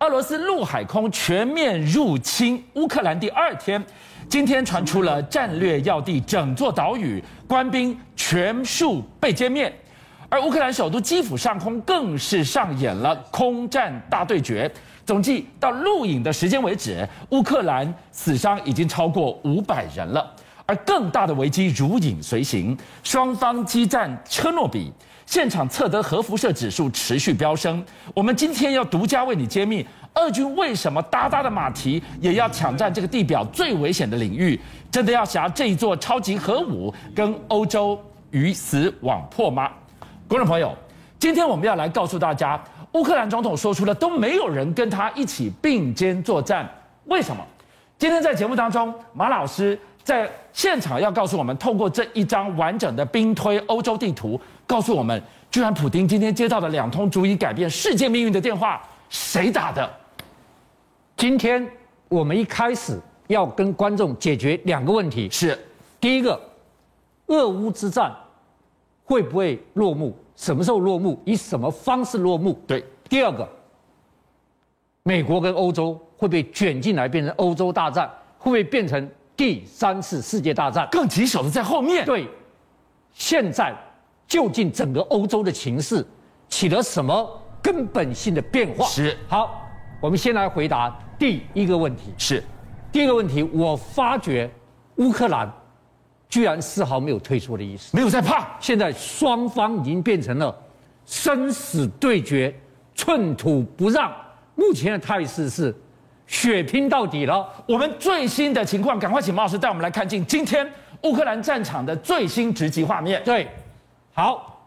俄罗斯陆海空全面入侵乌克兰第二天，今天传出了战略要地整座岛屿官兵全数被歼灭，而乌克兰首都基辅上空更是上演了空战大对决。总计到录影的时间为止，乌克兰死伤已经超过五百人了。而更大的危机如影随形，双方激战车诺比，现场测得核辐射指数持续飙升。我们今天要独家为你揭秘，俄军为什么哒哒的马蹄也要抢占这个地表最危险的领域？真的要挟这一座超级核武跟欧洲鱼死网破吗？观众朋友，今天我们要来告诉大家，乌克兰总统说出了都没有人跟他一起并肩作战，为什么？今天在节目当中，马老师。在现场要告诉我们，透过这一张完整的兵推欧洲地图，告诉我们，居然普京今天接到的两通足以改变世界命运的电话，谁打的？今天我们一开始要跟观众解决两个问题：是第一个，俄乌之战会不会落幕？什么时候落幕？以什么方式落幕？对。第二个，美国跟欧洲会被卷进来，变成欧洲大战，会不会变成？第三次世界大战更棘手的在后面。对，现在究竟整个欧洲的情势起了什么根本性的变化？是好，我们先来回答第一个问题。是，第一个问题，我发觉乌克兰居然丝毫没有退缩的意思。没有在怕。现在双方已经变成了生死对决，寸土不让。目前的态势是血拼到底了。我们最新的情况，赶快请马老师带我们来看进今天乌克兰战场的最新直击画面。对，好，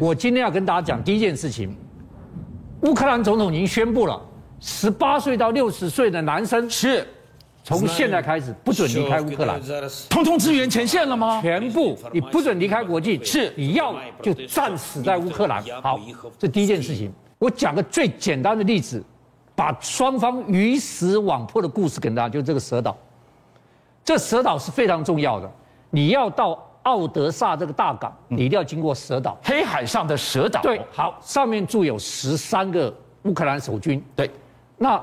我今天要跟大家讲第一件事情，乌克兰总统已经宣布了，十八岁到六十岁的男生是，从现在开始不准离开乌克兰，通通支援前线了吗？全部你不准离开国境，是你要就战死在乌克兰。好，这第一件事情。我讲个最简单的例子，把双方鱼死网破的故事跟大家，就是这个蛇岛。这蛇岛是非常重要的，你要到奥德萨这个大港，你一定要经过蛇岛。黑海上的蛇岛。对，好，上面驻有十三个乌克兰守军。对，那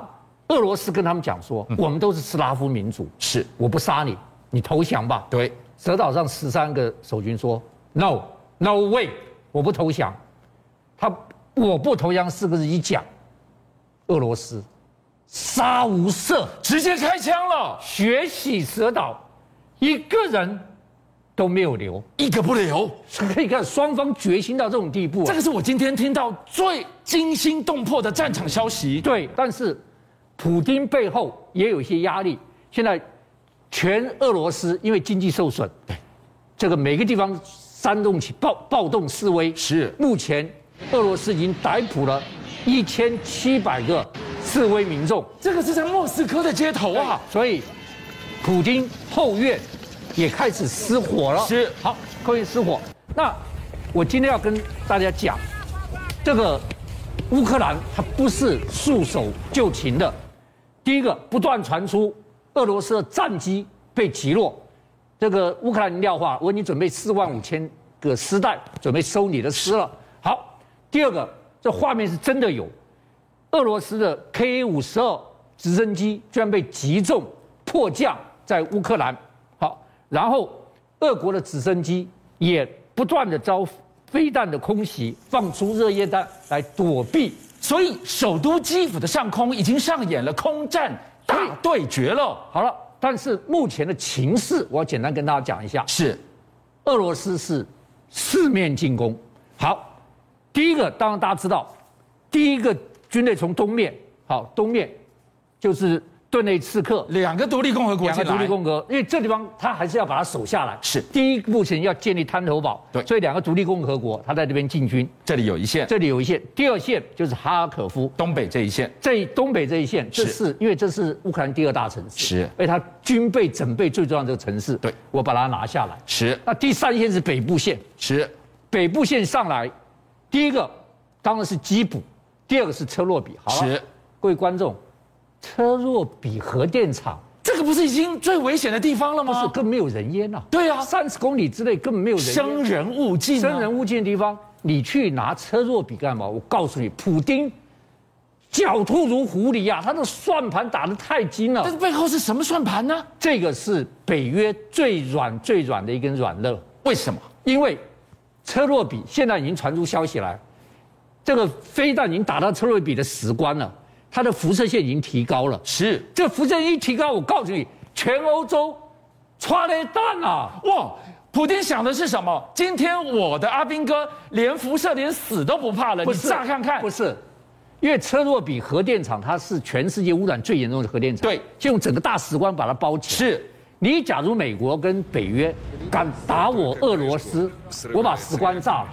俄罗斯跟他们讲说，我们都是斯拉夫民族，是我不杀你，你投降吧。对，蛇岛上十三个守军说，no，no way，我不投降。他我不投降四个字一讲，俄罗斯杀无赦，直接开枪了，血洗蛇岛，一个人都没有留。一个不留。可以看双方决心到这种地步、啊。这个是我今天听到最惊心动魄的战场消息。对，但是普京背后也有一些压力。现在全俄罗斯因为经济受损，对，这个每个地方煽动起暴暴动示威。是目前俄罗斯已经逮捕了一千七百个示威民众，这个是在莫斯科的街头啊，所以普京后院也开始失火了。是好，各位失火。那我今天要跟大家讲，这个乌克兰它不是束手就擒的。第一个，不断传出俄罗斯的战机被击落，这个乌克兰已料化，我已经准备四万五千个尸袋，准备收你的尸了。好，第二个，这画面是真的有，俄罗斯的 K 五十二直升机居然被击中迫降在乌克兰。好，然后俄国的直升机也不断的遭飞弹的空袭，放出热液弹来躲避。所以首都基辅的上空已经上演了空战大对决了。好了，但是目前的情势，我要简单跟大家讲一下。是，俄罗斯是四面进攻。好，第一个当然大家知道，第一个军队从东面，好东面就是顿内刺客两个独立共和国两进个来，独立共和，因为这地方他还是要把它守下来。是第一步先要建立滩头堡，对所以两个独立共和国他在这边进军，这里有一线，这里有一线，第二线就是哈尔可夫，东北这一线这东北这一线，这是是因为这是乌克兰第二大城市，是而且它军备准备最重要的这个城市，对我把它拿下来。十那第三线是北部线，十北部线上来，第一个当然是基辅，第二个是车洛比。好了是，各位观众，车洛比核电厂这个不是已经最危险的地方了不是吗？更没有人烟了、对啊三十公里之内根本没有人烟，生人勿近、啊，生人勿近的地方，你去拿车若比干嘛？我告诉你，普丁狡兔如狐狸啊，他的算盘打得太精了但。是背后是什么算盘呢？这个是北约最软最软的一根软肋，为什么？因为车洛比现在已经传出消息来，这个飞弹已经打到车洛比的石关了，它的辐射线已经提高了。是这辐射线一提高，我告诉你，全欧洲穿了弹啊！哇，普京想的是什么？今天我的阿兵哥连辐射连死都不怕了，你是乍看看不是，因为车洛比核电厂它是全世界污染最严重的核电厂，对就用整个大石关把它包起来。是你假如美国跟北约敢打我俄罗斯，我把石棺炸了。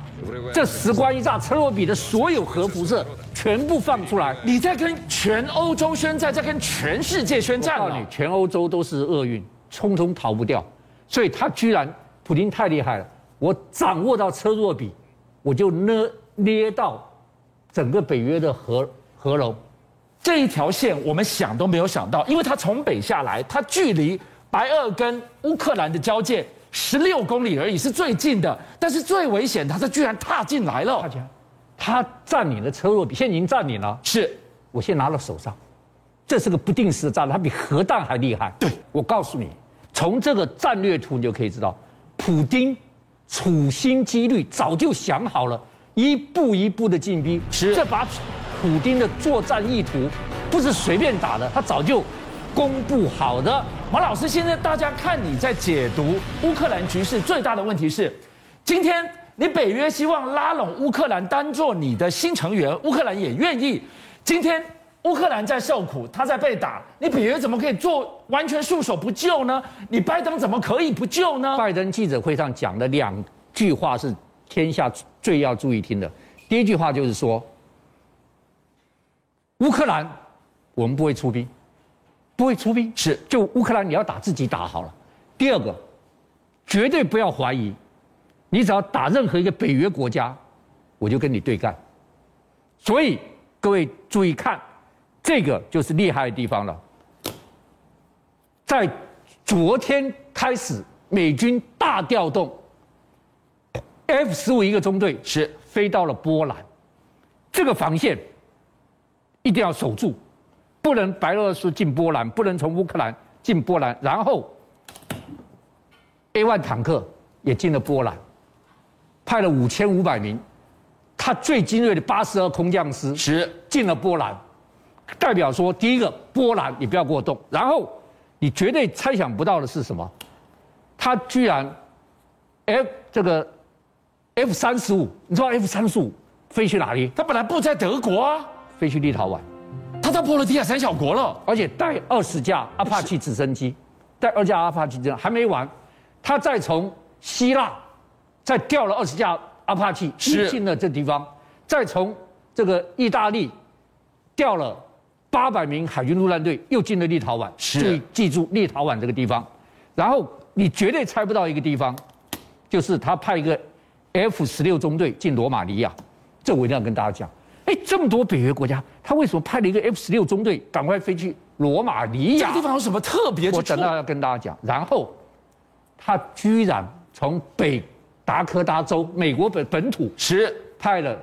这石棺一炸，车洛比的所有核辐射全部放出来。你在跟全欧洲宣战，在跟全世界宣战啊告诉你了，。全欧洲都是厄运，通通逃不掉。所以他居然，普京太厉害了。我掌握到车洛比，我就捏捏到整个北约的合合楼。这一条线我们想都没有想到，因为它从北下来，它距离白俄跟乌克兰的交界十六公里而已，是最近的，但是最危险的，它居然踏进来了。他占领了车洛比，现在已经占领了。是我先拿到手上，这是个不定时的炸弹，它比核弹还厉害。对，我告诉你，从这个战略图你就可以知道，普丁处心积虑，早就想好了，一步一步的进逼。是这把普丁的作战意图不是随便打的，他早就公布好的。马老师，现在大家看你在解读乌克兰局势，最大的问题是，今天你北约希望拉拢乌克兰当做你的新成员，乌克兰也愿意。今天乌克兰在受苦，他在被打，你北约怎么可以做完全束手不救呢？你拜登怎么可以不救呢？拜登记者会上讲的两句话是天下最要注意听的。第一句话就是说，乌克兰我们不会出兵，不会出兵是就乌克兰你要打自己打好了。第二个，绝对不要怀疑，你只要打任何一个北约国家，我就跟你对干。所以各位注意看，这个就是厉害的地方了。在昨天开始，美军大调动 F 十五一个中队是飞到了波兰，这个防线一定要守住，不能白俄罗斯进波兰，不能从乌克兰进波兰，然后 A 1坦克也进了波兰，派了五千五百名，他最精锐的八十二空降师是进了波兰，代表说第一个波兰你不要过动，然后你绝对猜想不到的是什么？他居然 F 这个 F 三十五，你知道 F 三十五飞去哪里？他本来不在德国啊，飞去立陶宛，他到波罗的海三小国了。而且带二十架阿帕奇直升机，带二架阿帕奇直升还没完，他再从希腊再调了二十架阿帕奇是进了这地方，再从这个意大利调了八百名海军陆战队，又进了立陶宛。是注意记住立陶宛这个地方。然后你绝对猜不到一个地方，就是他派一个 F 十六中队进罗马尼亚，这我一定要跟大家讲。哎，这么多北约国家，他为什么派了一个 F 十六中队赶快飞去罗马尼这亚个地？方有什么特别啊我之处等？到要跟大家讲。然后，他居然从北达科达州美国本本土是派了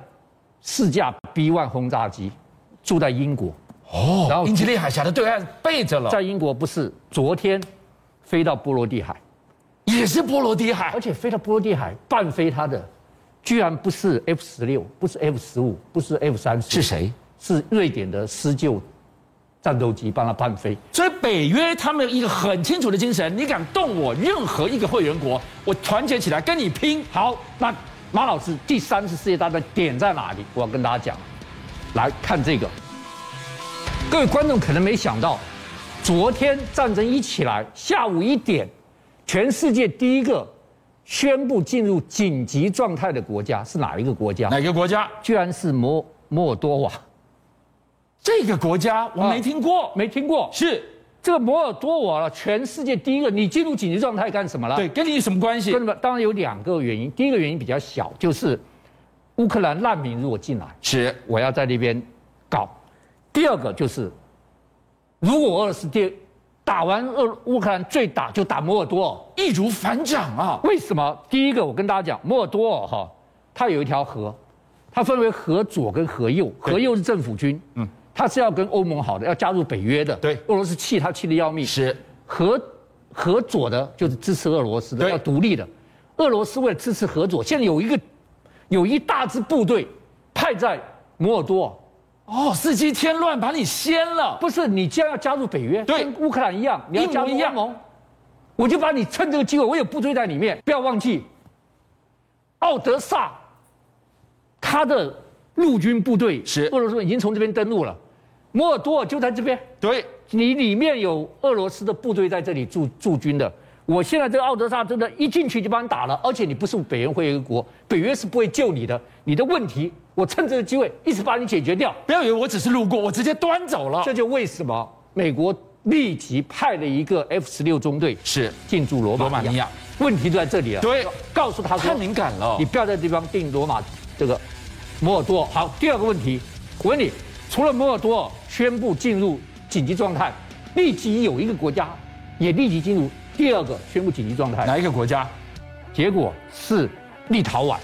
四架 B 1轰炸机，住在英国，哦，然后英吉利海峡的对岸背着了，在英国不是昨天飞到波罗的海，也是波罗的海而。且飞到波罗的海半飞它的，居然不是 F 十六，不是 F 十五，不是 F 三十，是谁？是瑞典的施救战斗机帮它半飞。所以北约他们有一个很清楚的精神：你敢动我任何一个会员国，我团结起来跟你拼。好，那马老师，第三次世界大战点在哪里？我要跟大家讲，来看这个。各位观众可能没想到，昨天战争一起来，下午一点，全世界第一个宣布进入紧急状态的国家是哪一个国家？哪个国家？居然是摩摩尔多瓦，这个国家我没听过。没听过。是，这个摩尔多瓦，全世界第一个，你进入紧急状态干什么了？对，跟你有什么关系跟？你们当然有两个原因，第一个原因比较小，就是乌克兰难民如果进来，是我要在那边搞；第二个就是，如果俄罗斯第打完俄乌克兰最打就打摩尔多尔，易如反掌啊！为什么？第一个我跟大家讲，摩尔多尔哈，它有一条河，它分为河左跟河右，河右是政府军，嗯，他是要跟欧盟好的，要加入北约的。对俄罗斯气他气得要命。是合合左的，就是支持俄罗斯的，对要独立的。俄罗斯为了支持合左，现在有一个有一大支部队派在摩尔多瓦。哦，司机添乱把你掀了，不是你既然要加入北约，对跟乌克兰一样，你要一模加入一欧样盟，我就把你趁这个机会，我有部队在里面，不要忘记，奥德萨，他的陆军部队是俄罗斯已经从这边登陆了，摩尔多瓦就在这边，对，你里面有俄罗斯的部队在这里驻驻军的。我现在这个奥德萨真的，一进去就把你打了，而且你不是北约会员国，北约是不会救你的。你的问题，我趁这个机会一直把你解决掉。不要以为我只是路过，我直接端走了这。就为什么美国立即派了一个 F 十六中队是进驻罗罗马马尼尼亚亚，，问题就在这里了。对，告诉他说太敏感了你。不要在这地方定罗马这个摩尔多。好，第二个问题，我问你，除了摩尔多宣布进入紧急状态，立即有一个国家也立即进入第二个宣布紧急状态，哪一个国家？结果是立陶宛，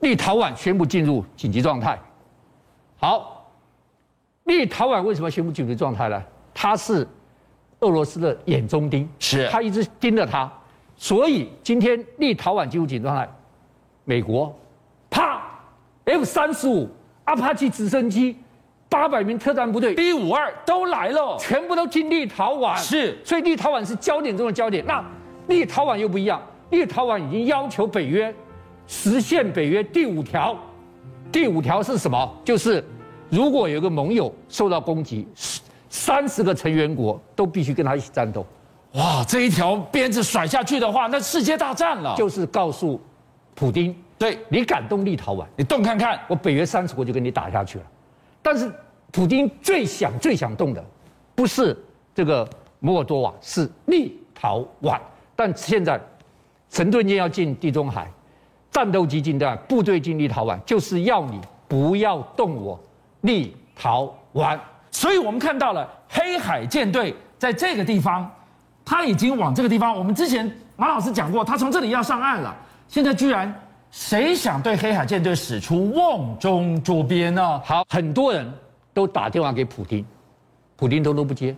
立陶宛宣布进入紧急状态。好，立陶宛为什么宣布紧急状态呢？它是俄罗斯的眼中钉，是他一直盯着它，所以今天立陶宛进入紧急状态，美国啪 F 三十五阿帕奇直升机八百名特战部队 B 五二都来了，全部都进立陶宛，是所以立陶宛是焦点中的焦点。那立陶宛又不一样，立陶宛已经要求北约实现北约第五条，第五条是什么？就是如果有一个盟友受到攻击，三十个成员国都必须跟他一起战斗，哇！这一条鞭子甩下去的话，那世界大战了。就是告诉普丁，对你敢动立陶宛，你动看看，我北约三十国就跟你打下去了。但是普京最想最想动的，不是这个摩尔多瓦，是立陶宛。但现在神盾舰要进地中海，战斗机进地中海，部队进立陶宛，就是要你不要动我立陶宛。所以我们看到了黑海舰队在这个地方，他已经往这个地方。我们之前马老师讲过，他从这里要上岸了，现在居然谁想对黑海舰队使出瓮中捉鳖呢？好，很多人都打电话给普京，普京通通不接。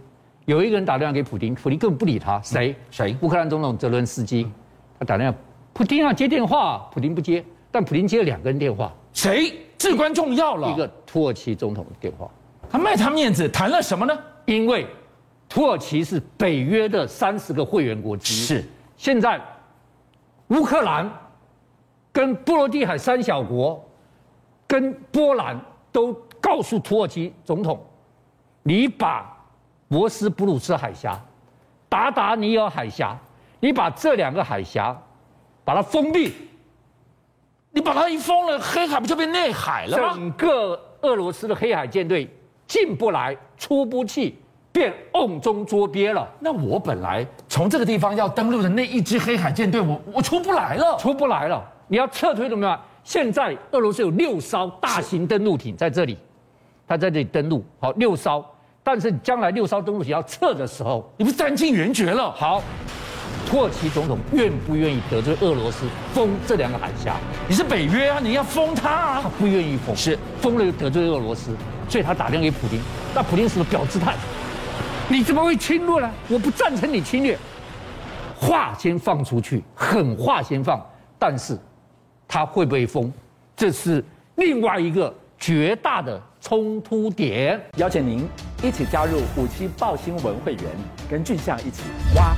有一个人打电话给普京，普京根本不理他。谁？谁乌克兰总统泽伦斯基，他打电话，普京要接电话，普京不接。但普京接了两个人电话，谁至关重要了？一个土耳其总统的电话，他卖他面子，谈了什么呢？因为土耳其是北约的三十个会员国之一。是现在乌克兰跟波罗的海三小国跟波兰都告诉土耳其总统，你把博斯普鲁斯海峡、达达尼尔海峡，你把这两个海峡把它封闭，你把他一封了，黑海不就变内海了吗？整个俄罗斯的黑海舰队进不来、出不去，变瓮中捉鳖了。那我本来从这个地方要登陆的那一支黑海舰队，我我出不来了。出不来了。你要撤退怎么办？现在俄罗斯有六艘大型登陆艇在这里，它在这里登陆，好六艘。但是将来六艘登陆艇要撤的时候，你不是弹尽援绝了？好，土耳其总统愿不愿意得罪俄罗斯封这两个海峡？你是北约啊，你要封他啊！不愿意封，是封了又得罪俄罗斯，所以他打电话给普京，那普京是不是表姿态？你怎么会侵略呢？我不赞成你侵略。话先放出去，狠话先放，但是他会不会封，这是另外一个绝大的冲突点。邀请您一起加入五七报新闻会员，跟俊相一起挖